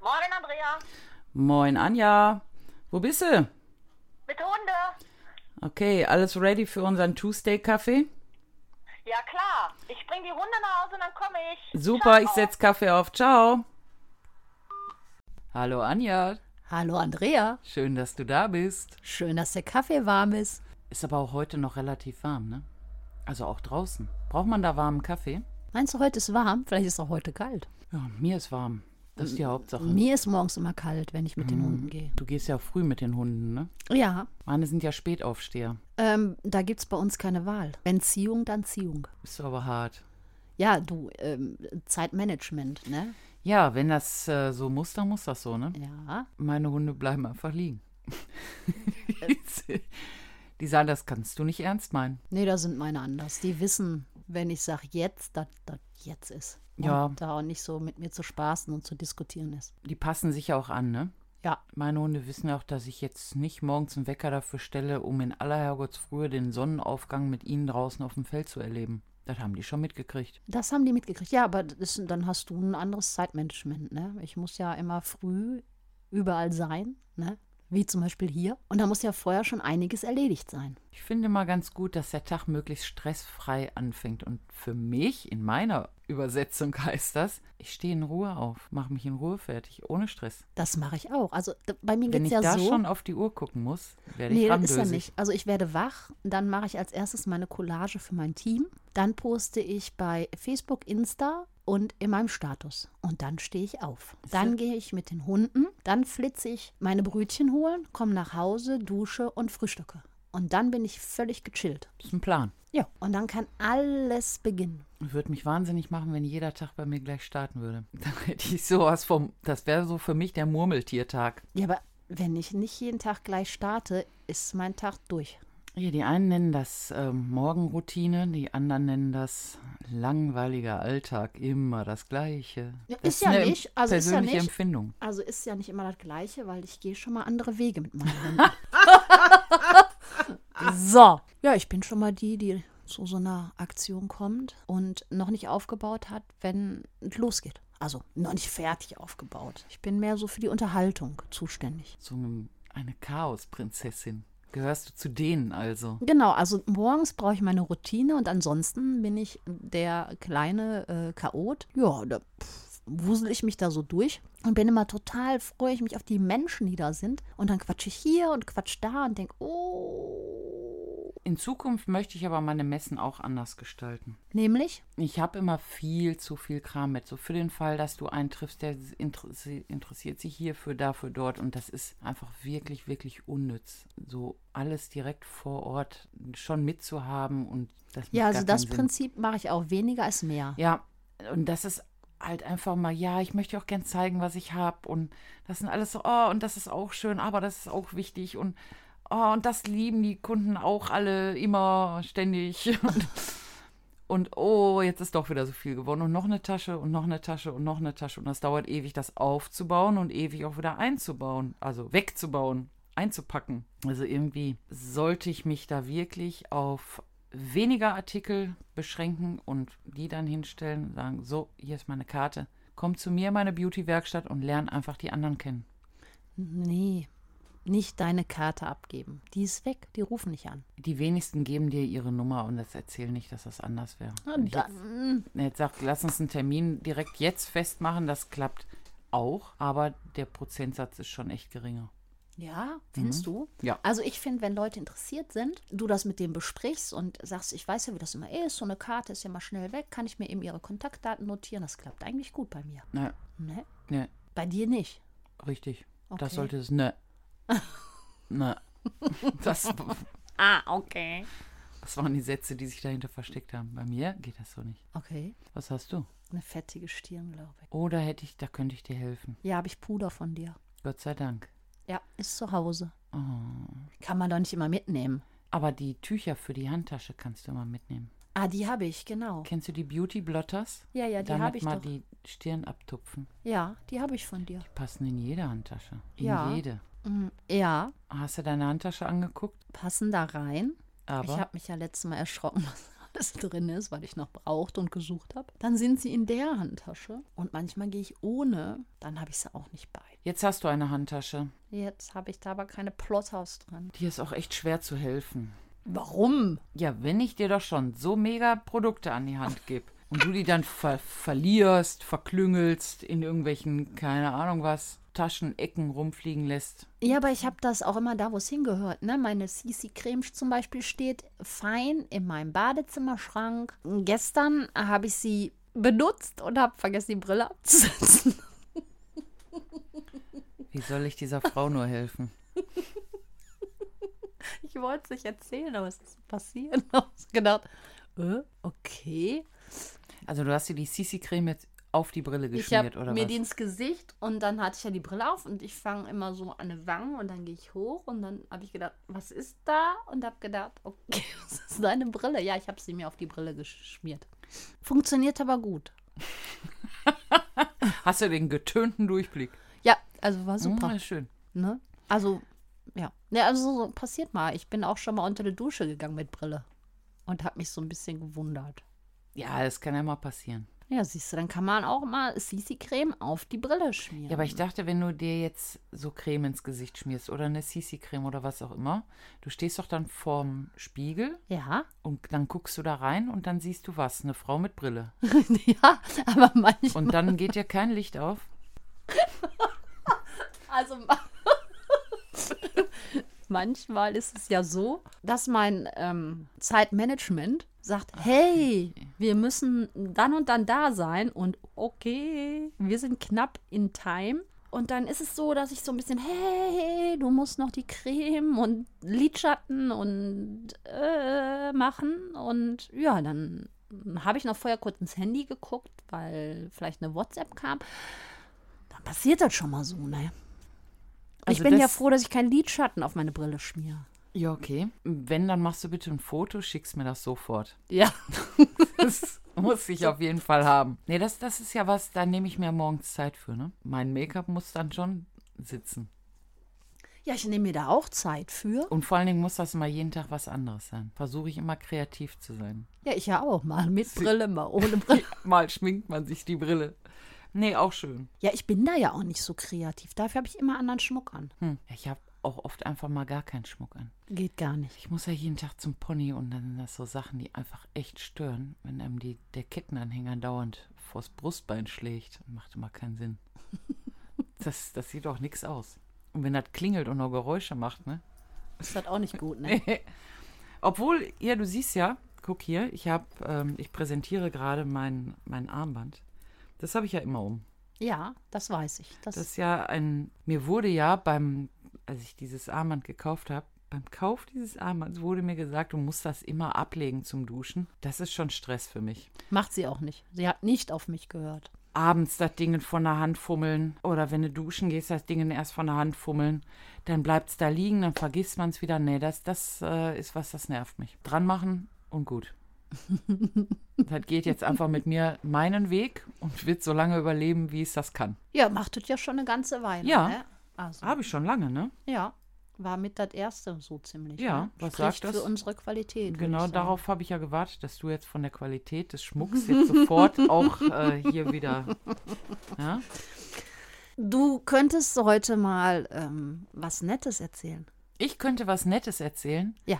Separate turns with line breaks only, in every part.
Morgen, Andrea.
Moin, Anja. Wo bist du?
Mit Hunde.
Okay, alles ready für unseren Tuesday-Kaffee?
Ja, klar. Ich bringe die Hunde nach Hause und dann komme ich.
Super, ich
Ciao.
setz Kaffee auf. Ciao. Hallo, Anja.
Hallo Andrea,
Schön, dass du da bist.
schön, dass der Kaffee warm ist.
Ist aber auch heute noch relativ warm, ne? Also auch draußen. Braucht man da warmen Kaffee?
Meinst du, heute ist warm? Vielleicht ist auch heute kalt.
Ja, mir ist warm. Das ist die Hauptsache.
Mir ist morgens immer kalt, wenn ich mit den Hunden gehe.
Du gehst ja früh mit den Hunden, ne?
Ja,
Meine sind ja Spätaufsteher.
ähm, da gibt es bei uns keine Wahl. Wenn Ziehung, dann Ziehung.
Ist aber hart.
Ja, du, ähm, Zeitmanagement, ne?
Ja, wenn das äh, so muss, dann muss das so, ne?
Ja.
Meine Hunde bleiben einfach liegen. Die sagen, das kannst du nicht ernst meinen.
Nee, da sind meine anders. Die wissen, wenn ich sage jetzt, dass das jetzt ist.
Ja.
Und da auch nicht so mit mir zu spaßen und zu diskutieren ist.
Die passen sich ja auch an, ne?
Ja.
Meine Hunde wissen ja auch, dass ich jetzt nicht morgens einen Wecker dafür stelle, um in aller Herrgottsfrühe den Sonnenaufgang mit ihnen draußen auf dem Feld zu erleben. Das haben die schon mitgekriegt.
Das haben die mitgekriegt. Ja, aber das ist, dann hast du ein anderes Zeitmanagement. Ne? Ich muss ja immer früh überall sein, ne? wie zum Beispiel hier. Und da muss ja vorher schon einiges erledigt sein.
Ich finde mal ganz gut, dass der Tag möglichst stressfrei anfängt. Und für mich, in meiner Übersetzung heißt das, ich stehe in Ruhe auf, mache mich in Ruhe fertig, ohne Stress.
Das mache ich auch. Also d- bei mir
Wenn
geht es
ich
ja
da
so.
schon auf die Uhr gucken muss, werde ich
nee, das ist
ramdösig.
ja nicht. Also ich werde wach, dann mache ich als erstes meine Collage für mein Team. Dann poste ich bei Facebook, Insta und in meinem Status. Und dann stehe ich auf. Dann gehe ich mit den Hunden, dann flitze ich meine Brötchen holen, komme nach Hause, dusche und frühstücke. Und dann bin ich völlig gechillt.
Das ist ein Plan.
Ja. Und dann kann alles beginnen.
Würde mich wahnsinnig machen, wenn jeder Tag bei mir gleich starten würde. Dann hätte ich sowas vom. Das wäre so für mich der Murmeltiertag.
Ja, aber wenn ich nicht jeden Tag gleich starte, ist mein Tag durch.
Ja, die einen nennen das ähm, Morgenroutine, die anderen nennen das langweiliger Alltag, immer das Gleiche.
Ja,
das
ist ja
eine
nicht, also ist ja
persönliche
nicht.
Empfindung.
Also ist ja nicht immer das Gleiche, weil ich gehe schon mal andere Wege mit meinen Hunden. so. Ja, ich bin schon mal die, die zu so einer Aktion kommt und noch nicht aufgebaut hat, wenn es losgeht. Also noch nicht fertig aufgebaut. Ich bin mehr so für die Unterhaltung zuständig.
So eine Chaosprinzessin. Gehörst du zu denen also?
Genau, also morgens brauche ich meine Routine und ansonsten bin ich der kleine äh, Chaot. Ja, da pff, wusel ich mich da so durch und bin immer total freue ich mich auf die Menschen, die da sind. Und dann quatsche ich hier und quatsch da und denke, oh.
In Zukunft möchte ich aber meine Messen auch anders gestalten.
Nämlich,
Ich habe immer viel zu viel Kram mit. So für den Fall, dass du einen triffst, der interessi interessiert sich hierfür, dafür, dort. Und das ist einfach wirklich, wirklich unnütz. So alles direkt vor Ort schon mitzuhaben und das macht
ja, also
gar
das
keinen Sinn.
Prinzip mache ich auch, weniger ist mehr.
Ja, und das ist halt einfach mal, ja, ich möchte auch gern zeigen, was ich habe. Und das sind alles so, oh, und das ist auch schön, aber das ist auch wichtig. Und, oh, und das lieben die Kunden auch alle immer ständig. Und, und oh, jetzt ist doch wieder so viel geworden. Und noch eine Tasche und noch eine Tasche und noch eine Tasche. Und das dauert ewig, das aufzubauen und ewig auch wieder einzubauen. Also wegzubauen, einzupacken. Also irgendwie sollte ich mich da wirklich auf weniger Artikel beschränken und die dann hinstellen und sagen, so, hier ist meine Karte. Komm zu mir in meine Beauty-Werkstatt und lern einfach die anderen kennen.
Nee, nicht deine Karte abgeben. Die ist weg, die rufen nicht an.
Die wenigsten geben dir ihre Nummer und das erzählen nicht, dass das anders wäre. Wenn ich
Dann,
Ah, Jetzt, jetzt sagt, lass uns einen Termin direkt jetzt festmachen, das klappt auch, aber der Prozentsatz ist schon echt geringer.
ja, findest du?
Mhm. Ja.
Also ich finde, wenn Leute interessiert sind, du das mit dem besprichst und sagst, ich weiß ja, wie das immer ist, so eine Karte ist ja mal schnell weg, kann ich mir eben ihre Kontaktdaten notieren. Das klappt eigentlich gut bei mir.
Ne,
Ne?
ne,
Bei dir nicht.
richtig. Das
Okay.
sollte es, ne. ne. Das,
Ah, okay.
das waren die Sätze, die sich dahinter versteckt haben. Bei mir geht das so nicht.
Okay.
Was hast du?
Eine fettige Stirn, glaube ich.
Oder hätte ich, da könnte ich dir helfen.
Ja, habe ich Puder von dir.
Gott sei Dank.
Ja, ist zu Hause.
Oh.
Kann man doch nicht immer mitnehmen.
Aber die Tücher für die Handtasche kannst du immer mitnehmen.
Ah, die habe ich, genau.
Kennst du die Beauty Blotters?
Ja, ja, die
Damit
habe ich
mal
doch.
die Stirn abtupfen.
Ja, die habe ich von dir.
Passen in jede Handtasche. In
Ja.
jede.
Mm, Ja,
Hast du deine Handtasche angeguckt?
passen da rein.
Aber
Ich habe mich ja letztes Mal erschrocken. alles drin ist, weil ich noch brauchte und gesucht habe, dann sind sie in der Handtasche. Und manchmal gehe ich ohne, dann habe ich sie auch nicht bei.
Jetzt hast du eine Handtasche.
Jetzt habe ich da aber keine Plothaus dran.
Dir ist auch echt schwer zu helfen.
Warum?
Ja, wenn ich dir doch schon so mega Produkte an die Hand gebe und du die dann ver verlierst, verklüngelst, in irgendwelchen, keine Ahnung was, Taschen, Ecken rumfliegen lässt.
Ja, aber ich habe das auch immer da, wo es hingehört. Ne? Meine CC Creme zum Beispiel steht fein in meinem Badezimmerschrank. Gestern habe ich sie benutzt und habe vergessen, die Brille abzusetzen.
Wie soll ich dieser Frau nur helfen?
Ich wollte es nicht erzählen, aber es ist passiert. Ich habe gedacht, äh, okay.
Also du hast dir die Sisi-Creme jetzt auf die Brille
Ich
geschmiert,
habe
oder
mir
was?
die ins Gesicht und dann hatte ich ja die Brille auf und ich fange immer so an die Wangen und dann gehe ich hoch und dann habe ich gedacht, was ist da? Und habe gedacht, okay, was ist deine Brille? Ja, ich habe sie mir auf die Brille geschmiert. Funktioniert aber gut.
Hast du den getönten Durchblick?
Ja, also war super.
Hm, schön.
Ne? Also, ja. ja. Also so passiert mal. Ich bin auch schon mal unter die Dusche gegangen mit Brille und habe mich so ein bisschen gewundert.
Ja, das kann ja mal passieren.
Ja, siehst du, dann kann man auch mal Sisi-Creme auf die Brille schmieren.
Ja, aber ich dachte, wenn du dir jetzt so Creme ins Gesicht schmierst oder eine Sisi-Creme oder was auch immer, du stehst doch dann vorm Spiegel
ja,
und dann guckst du da rein und dann siehst du was, eine Frau mit Brille.
ja, aber manchmal.
Und dann geht dir kein Licht auf.
Also manchmal ist es ja so, dass mein ähm, Zeitmanagement sagt, hey, wir müssen dann und dann da sein und okay, wir sind knapp in Time. Und dann ist es so, dass ich so ein bisschen, hey, du musst noch die Creme und Lidschatten und äh, machen. Und ja, dann habe ich noch vorher kurz ins Handy geguckt, weil vielleicht eine WhatsApp kam. Dann passiert das schon mal so, ne?
Also
ich bin ja
das-
froh, dass ich keinen Lidschatten auf meine Brille schmiere.
Ja, okay. Wenn, dann machst du bitte ein Foto, schickst mir das sofort.
Ja.
Das muss ich auf jeden Fall haben. Nee, das, das ist ja was, da nehme ich mir morgens Zeit für, ne? Mein Make-up muss dann schon sitzen.
Ja, ich nehme mir da auch Zeit für.
Und vor allen Dingen muss das immer jeden Tag was anderes sein. Versuche ich immer kreativ zu sein.
Ja, ich ja auch. Mal mit Brille, mal ohne Brille.
Mal schminkt man sich die Brille. Nee, auch schön.
Ja, ich bin da ja auch nicht so kreativ. Dafür habe ich immer anderen Schmuck an.
Hm. Ich habe auch oft einfach mal gar keinen Schmuck an.
Geht gar nicht.
Ich muss ja jeden Tag zum Pony und dann sind das so Sachen, die einfach echt stören, wenn einem die, der Kettenanhänger dauernd vors Brustbein schlägt. Macht immer keinen Sinn. Das, das sieht auch nichts aus. Und wenn das klingelt und noch Geräusche macht, ne?
Ist das auch nicht gut, ne?
Obwohl, ja, du siehst ja, guck hier, ich habe, ähm, ich präsentiere gerade mein, mein Armband. Das habe ich ja immer um.
ja, das weiß ich. Das,
Das ist ja ein. Mir wurde ja beim, als ich dieses Armband gekauft habe, beim Kauf dieses Armbands wurde mir gesagt, du musst das immer ablegen zum Duschen. Das ist schon Stress für mich.
macht sie auch nicht. Sie hat nicht auf mich gehört.
Abends das Ding von der Hand fummeln oder wenn du duschen gehst, das Ding erst von der Hand fummeln. Dann bleibt es da liegen, dann vergisst man es wieder. Nee, das, das äh, ist was, das nervt mich. Dran machen und gut. das geht jetzt einfach mit mir meinen Weg und wird so lange überleben, wie es das kann.
Ja, macht das ja schon eine ganze Weile.
Ja.
Ne? Also,
Habe ich schon lange, ne?
ja. War mit das erste so ziemlich.
Ja,
ne?
was
Spricht
sagt das?
für unsere Qualität. würd ich
Genau
sagen.
darauf habe ich ja gewartet, dass du jetzt von der Qualität des Schmucks jetzt sofort auch äh, hier wieder. Ja?
Du könntest heute mal ähm, was Nettes erzählen.
Ich könnte was Nettes erzählen.
Ja.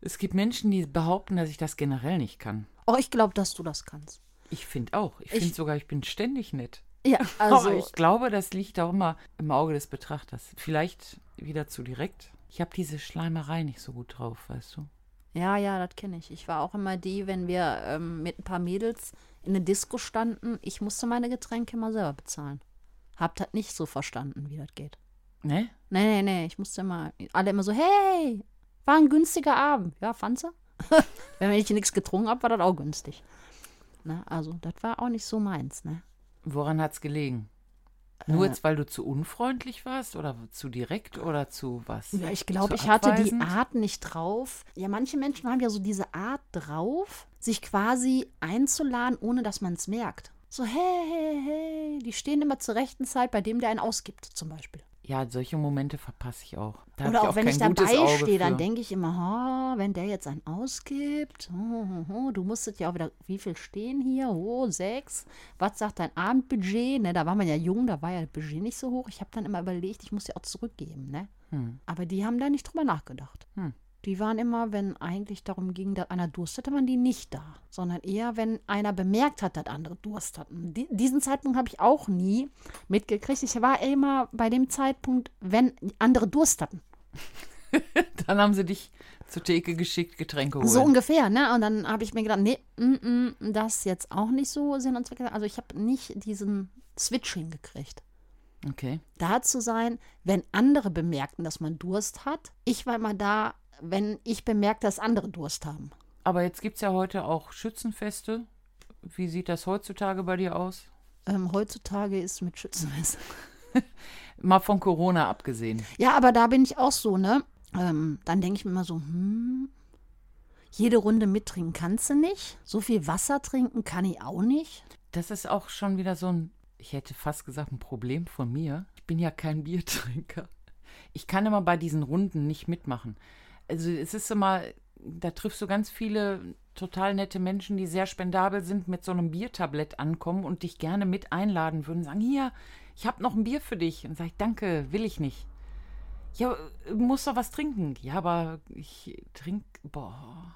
Es gibt Menschen, die behaupten, dass ich das generell nicht kann.
Oh, ich glaube, dass du das kannst.
Ich finde auch. Ich
Ich-
finde sogar, ich bin ständig nett.
Ja, also
Aber ich glaube, das liegt auch immer im Auge des Betrachters. Vielleicht wieder zu direkt. Ich habe diese Schleimerei nicht so gut drauf, weißt du?
Ja, ja, das kenne ich. Ich war auch immer die, wenn wir ähm, mit ein paar Mädels in eine Disco standen, ich musste meine Getränke immer selber bezahlen. Hab das nicht so verstanden, wie das geht.
Ne?
Nee, nee, nee, ich musste immer, alle immer so, hey, war ein günstiger Abend. Ja, fandst du? wenn ich nichts getrunken habe, war das auch günstig. Ne, also, das war auch nicht so meins, ne?
Woran hat's gelegen?
Äh.
Nur jetzt, weil du zu unfreundlich warst oder zu direkt oder zu was?
Ja, ich glaube,
Zu
ich hatte die
abweisend?
Art nicht drauf. Ja, manche Menschen haben ja so diese Art drauf, sich quasi einzuladen, ohne dass man es merkt. So, hey, hey, hey, die stehen immer zur rechten Zeit bei dem, der einen ausgibt, zum Beispiel.
Ja, solche Momente verpasse ich auch. Da hab
Oder auch, wenn ich
kein gutes
dabei
Auge
stehe, dann
für.
denke ich immer, oh, wenn der jetzt einen ausgibt, hm, hm, hm, du musstet ja auch wieder, wie viel stehen hier? Oh, sechs. Was sagt dein Abendbudget? Ne, da war man ja jung, da war ja das Budget nicht so hoch. Ich habe dann immer überlegt, ich muss ja auch zurückgeben. Ne?
Hm.
Aber die haben da nicht drüber nachgedacht. Die waren immer, wenn eigentlich darum ging, dass einer Durst hatte, waren die nicht da. Sondern eher, wenn einer bemerkt hat, dass andere Durst hatten. Di- diesen Zeitpunkt habe ich auch nie mitgekriegt. Ich war immer bei dem Zeitpunkt, wenn andere Durst hatten.
Dann haben sie dich zur Theke geschickt, Getränke holen.
So ungefähr, ne? Und dann habe ich mir gedacht, nee, mm, mm, das ist jetzt auch nicht so Sinn und Zweck. Also ich habe nicht diesen Switch hingekriegt.
okay.
Da zu sein, wenn andere bemerkten, dass man Durst hat. Ich war immer da, wenn ich bemerkte, dass andere Durst haben.
Aber jetzt gibt es ja heute auch Schützenfeste. Wie sieht das heutzutage bei dir aus?
Ähm, heutzutage ist mit Schützenfest.
Mal von Corona abgesehen.
Ja, aber da bin ich auch so, ne? Ähm, dann denke ich mir immer so, hm, jede Runde mittrinken kannst du nicht. So viel Wasser trinken kann ich auch nicht.
Das ist auch schon wieder so ein, ich hätte fast gesagt, ein Problem von mir. Ich bin ja kein Biertrinker. Ich kann immer bei diesen Runden nicht mitmachen. Also es ist immer, da triffst du ganz viele total nette Menschen, die sehr spendabel sind, mit so einem Biertablett ankommen und dich gerne mit einladen würden. Sagen, hier, ich habe noch ein Bier für dich. Und sag ich, danke, will ich nicht. Ja, äh, muss doch was trinken. Ja, aber ich trinke, boah,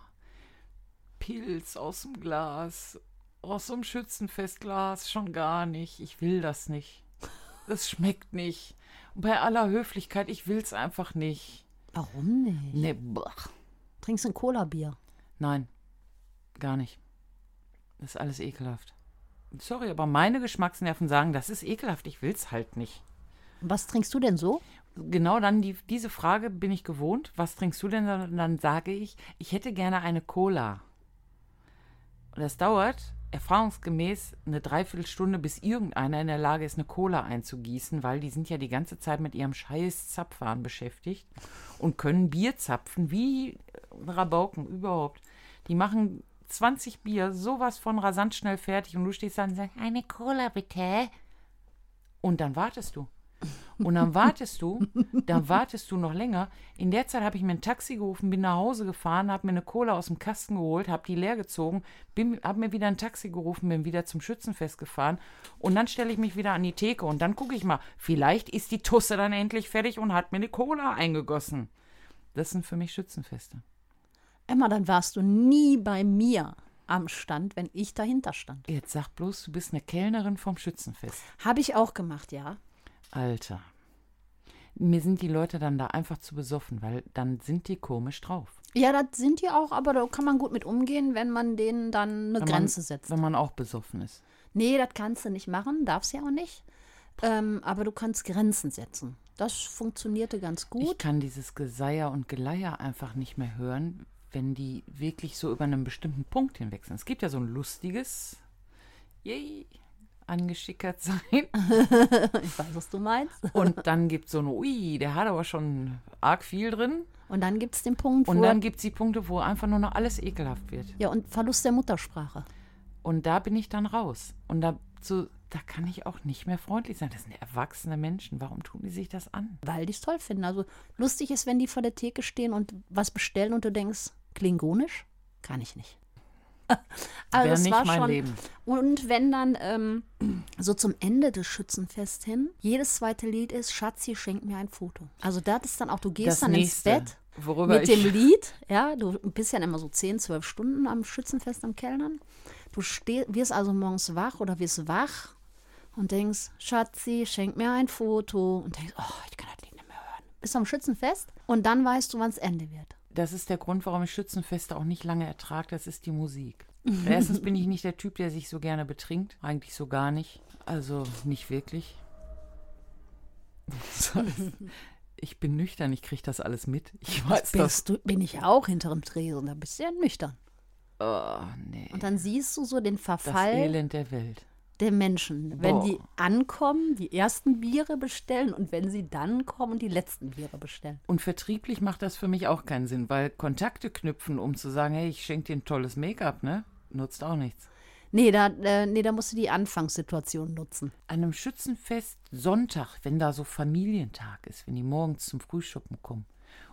Pilz aus dem Glas, aus Oh, so einem Schützenfestglas schon gar nicht. Ich will das nicht. Das schmeckt nicht. Und bei aller Höflichkeit, ich will's einfach nicht.
Warum nicht?
Nee, boah.
Trinkst ein Cola-Bier.
Nein, gar nicht. Das ist alles ekelhaft. Sorry, aber meine Geschmacksnerven sagen, das ist ekelhaft, ich will's halt nicht.
Was trinkst du denn so?
Genau dann die, diese Frage bin ich gewohnt. Was trinkst du denn? Und dann sage ich, ich hätte gerne eine Cola. Und das dauert erfahrungsgemäß eine Dreiviertelstunde, bis irgendeiner in der Lage ist, eine Cola einzugießen, weil die sind ja die ganze Zeit mit ihrem scheiß Zapfhahn beschäftigt und können Bier zapfen, wie Rabauken überhaupt. Die machen 20 Bier, sowas von rasant schnell fertig und du stehst da und sagst, eine Cola bitte. Und dann wartest du. Und dann wartest du, dann wartest du noch länger. In der Zeit habe ich mir ein Taxi gerufen, bin nach Hause gefahren, habe mir eine Cola aus dem Kasten geholt, habe die leer gezogen, bin, habe mir wieder ein Taxi gerufen, bin wieder zum Schützenfest gefahren. Und dann stelle ich mich wieder an die Theke und dann gucke ich mal, vielleicht ist die Tusse dann endlich fertig und hat mir eine Cola eingegossen. Das sind für mich Schützenfeste.
Emma, dann warst du nie bei mir am Stand, wenn ich dahinter stand.
Jetzt sag bloß, du bist eine Kellnerin vom Schützenfest.
Habe ich auch gemacht, ja.
Alter. Mir sind die Leute dann da einfach zu besoffen, weil dann sind die komisch drauf.
Ja, das sind die auch, aber da kann man gut mit umgehen, wenn man denen dann eine
Wenn man-
Grenze setzt.
Wenn man auch besoffen ist.
Nee, das kannst du nicht machen, darfst ja auch nicht. Ähm, aber du kannst Grenzen setzen. Das funktionierte ganz
Ich
gut.
kann dieses Geseier und Geleier einfach nicht mehr hören, wenn die wirklich so über einen bestimmten Punkt hinweg sind. Es gibt ja so ein lustiges, yay, angeschickert sein.
Ich weiß, was du meinst.
Und dann gibt es so ein, ui, der hat aber schon arg viel drin.
Und dann gibt es den Punkt,
Und
wo
dann gibt es die Punkte, wo einfach nur noch alles ekelhaft wird.
ja, und Verlust der Muttersprache.
Und da bin ich dann raus. Und da, so, da kann ich auch nicht mehr freundlich sein. Das sind erwachsene Menschen. Warum tun die sich das an?
Weil die es toll finden. Also lustig ist, wenn die vor der Theke stehen und was bestellen und du denkst, klingonisch? Kann ich nicht. Also
Wär
es
nicht
war
mein
schon.
Leben.
Und wenn dann ähm, so zum Ende des Schützenfest hin, jedes zweite Lied ist, Schatzi, schenk mir ein Foto. Also das ist dann auch, du gehst
Das
dann
nächste,
ins Bett
worüber
mit
ich-
dem Lied. Ja, du bist ja immer so 10, 12 Stunden am Schützenfest am Kellnern. Du steh, wirst also morgens wach oder wirst wach und denkst, Schatzi, schenk mir ein Foto. Und denkst, oh, ich kann das Lied nicht mehr hören. Bist am Schützenfest und dann weißt du, wann es Ende wird.
Das ist der Grund, warum ich Schützenfeste auch nicht lange ertrage. Das ist die Musik. Erstens bin ich nicht der Typ, der sich so gerne betrinkt. Eigentlich so gar nicht. Also nicht wirklich. Das heißt, ich bin nüchtern, ich kriege das alles mit. Ich weiß das.
Bist du, bin ich ja auch hinterm Tresen, da bist du ja nüchtern.
Oh, nee.
Und dann siehst du so den
Das
Verfall
Elend der Welt.
der Menschen, wenn
Boah.
die ankommen, die ersten Biere bestellen und wenn sie dann kommen, die letzten Biere bestellen.
Und vertrieblich macht das für mich auch keinen Sinn, weil Kontakte knüpfen, um zu sagen, hey, ich schenke dir ein tolles Make-up, ne? Nutzt auch nichts.
Nee, da, äh, nee, da musst du die Anfangssituation nutzen.
An einem Schützenfest Sonntag, wenn da so Familientag ist, wenn die morgens zum Frühschuppen kommen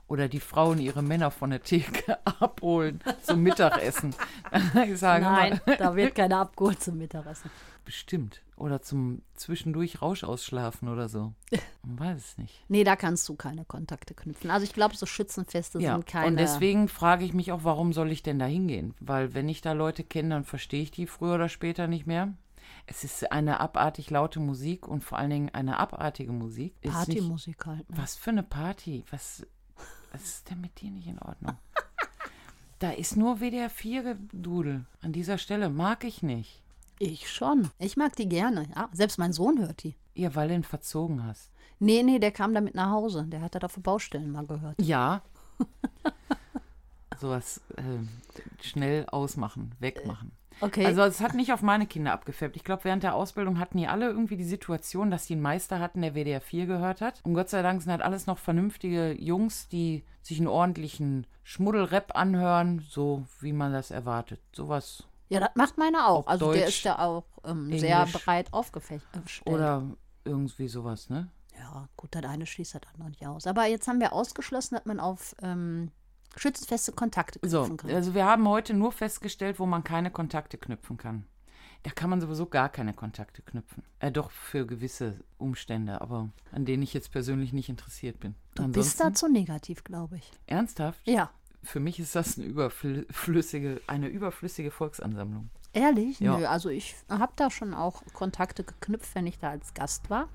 oder die Frauen ihre Männer von der Theke abholen zum Mittagessen. ich sage
Nein,
Mal,
da wird keiner abgeholt zum Mittagessen.
bestimmt. Oder zum zwischendurch Rausch ausschlafen oder so. Man weiß es nicht.
Nee, da kannst du keine Kontakte knüpfen. Also ich glaube, so Schützenfeste
Ja,
sind keine.
und deswegen frage ich mich auch, warum soll ich denn da hingehen? Weil wenn ich da Leute kenne, dann verstehe ich die früher oder später nicht mehr. Es ist eine abartig laute Musik und vor allen Dingen eine abartige Musik. Ist nicht-
Partymusik halt. Ne?
Was für eine Party? Was, was ist denn mit dir nicht in Ordnung? Da ist nur WDR 4 gedudel. An dieser Stelle mag ich nicht.
Ich schon. Ich mag die gerne. Ja, selbst mein Sohn hört die.
Ja, weil du ihn verzogen hast.
Nee, nee, der kam damit nach Hause. Der hat da auf Baustellen mal gehört.
Ja. Sowas ähm, schnell ausmachen, wegmachen.
Okay.
Also es hat nicht auf meine Kinder abgefärbt. Ich glaube, während der Ausbildung hatten die alle irgendwie die Situation, dass die einen Meister hatten, der WDR 4 gehört hat. Und Gott sei Dank sind halt alles noch vernünftige Jungs, die sich einen ordentlichen Schmuddelrap anhören, so wie man das erwartet. Sowas.
ja, das macht meiner auch.
Auf
Also der
Deutsch,
ist ja auch ähm, sehr
Englisch.
breit aufgefächert.
Oder irgendwie sowas, ne?
Ja, gut, das eine schließt das andere nicht aus. Aber jetzt haben wir ausgeschlossen, dass man auf ähm, schützenfeste Kontakte
So,
knüpfen kann.
also wir haben heute nur festgestellt, wo man keine Kontakte knüpfen kann. Da kann man sowieso gar keine Kontakte knüpfen. Äh, doch für gewisse Umstände, aber an denen ich jetzt persönlich nicht interessiert bin.
du bist
Ansonsten-
dazu negativ, glaube ich.
Ernsthaft?
Ja.
Für mich ist das eine überflüssige, eine überflüssige Volksansammlung.
Ehrlich?
Ja.
Nö, also ich habe da schon auch Kontakte geknüpft, wenn ich da als Gast war.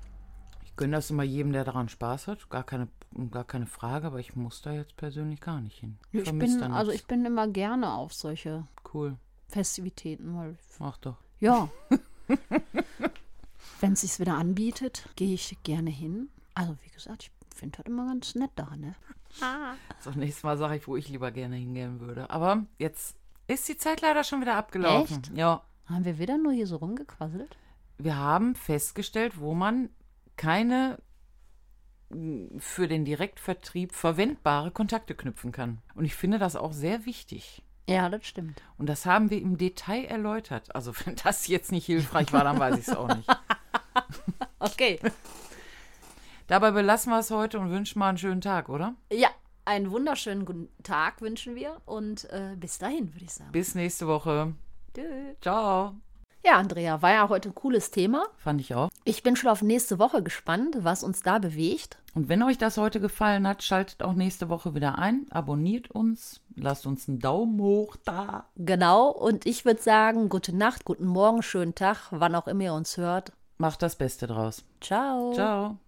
Ich gönne das immer jedem, der daran Spaß hat. Gar keine, gar keine Frage, aber ich muss da jetzt persönlich gar nicht hin.
Ich
vermiss
bin,
da
also ich
nichts.
bin immer gerne auf solche
Cool,
Festivitäten, weil
mach doch.
ja. wenn es sich wieder anbietet, gehe ich gerne hin. Also wie gesagt, ich finde das immer ganz nett da, ne?
So, nächstes Mal sage ich, wo ich lieber gerne hingehen würde. Aber jetzt ist die Zeit leider schon wieder abgelaufen.
Echt?
Ja.
Haben wir wieder nur hier so rumgequasselt?
Wir haben festgestellt, wo man keine mh, für den Direktvertrieb verwendbare Kontakte knüpfen kann. Und ich finde das auch sehr wichtig.
Ja, das stimmt.
Und das haben wir im Detail erläutert. Also wenn das jetzt nicht hilfreich war, dann weiß ich es auch nicht.
Okay.
Dabei belassen wir es heute und wünschen mal einen schönen Tag, oder?
Ja, einen wunderschönen guten Tag wünschen wir und äh, bis dahin, würde ich sagen.
Bis nächste Woche.
Tschö.
Ciao.
Ja, Andrea, war ja heute ein cooles Thema.
Fand ich auch.
Ich bin schon auf nächste Woche gespannt, was uns da bewegt.
Und wenn euch das heute gefallen hat, schaltet auch nächste Woche wieder ein, abonniert uns, lasst uns einen Daumen hoch da.
Genau, und ich würde sagen, gute Nacht, guten Morgen, schönen Tag, wann auch immer ihr uns hört.
Macht das Beste draus.
Ciao.
Ciao.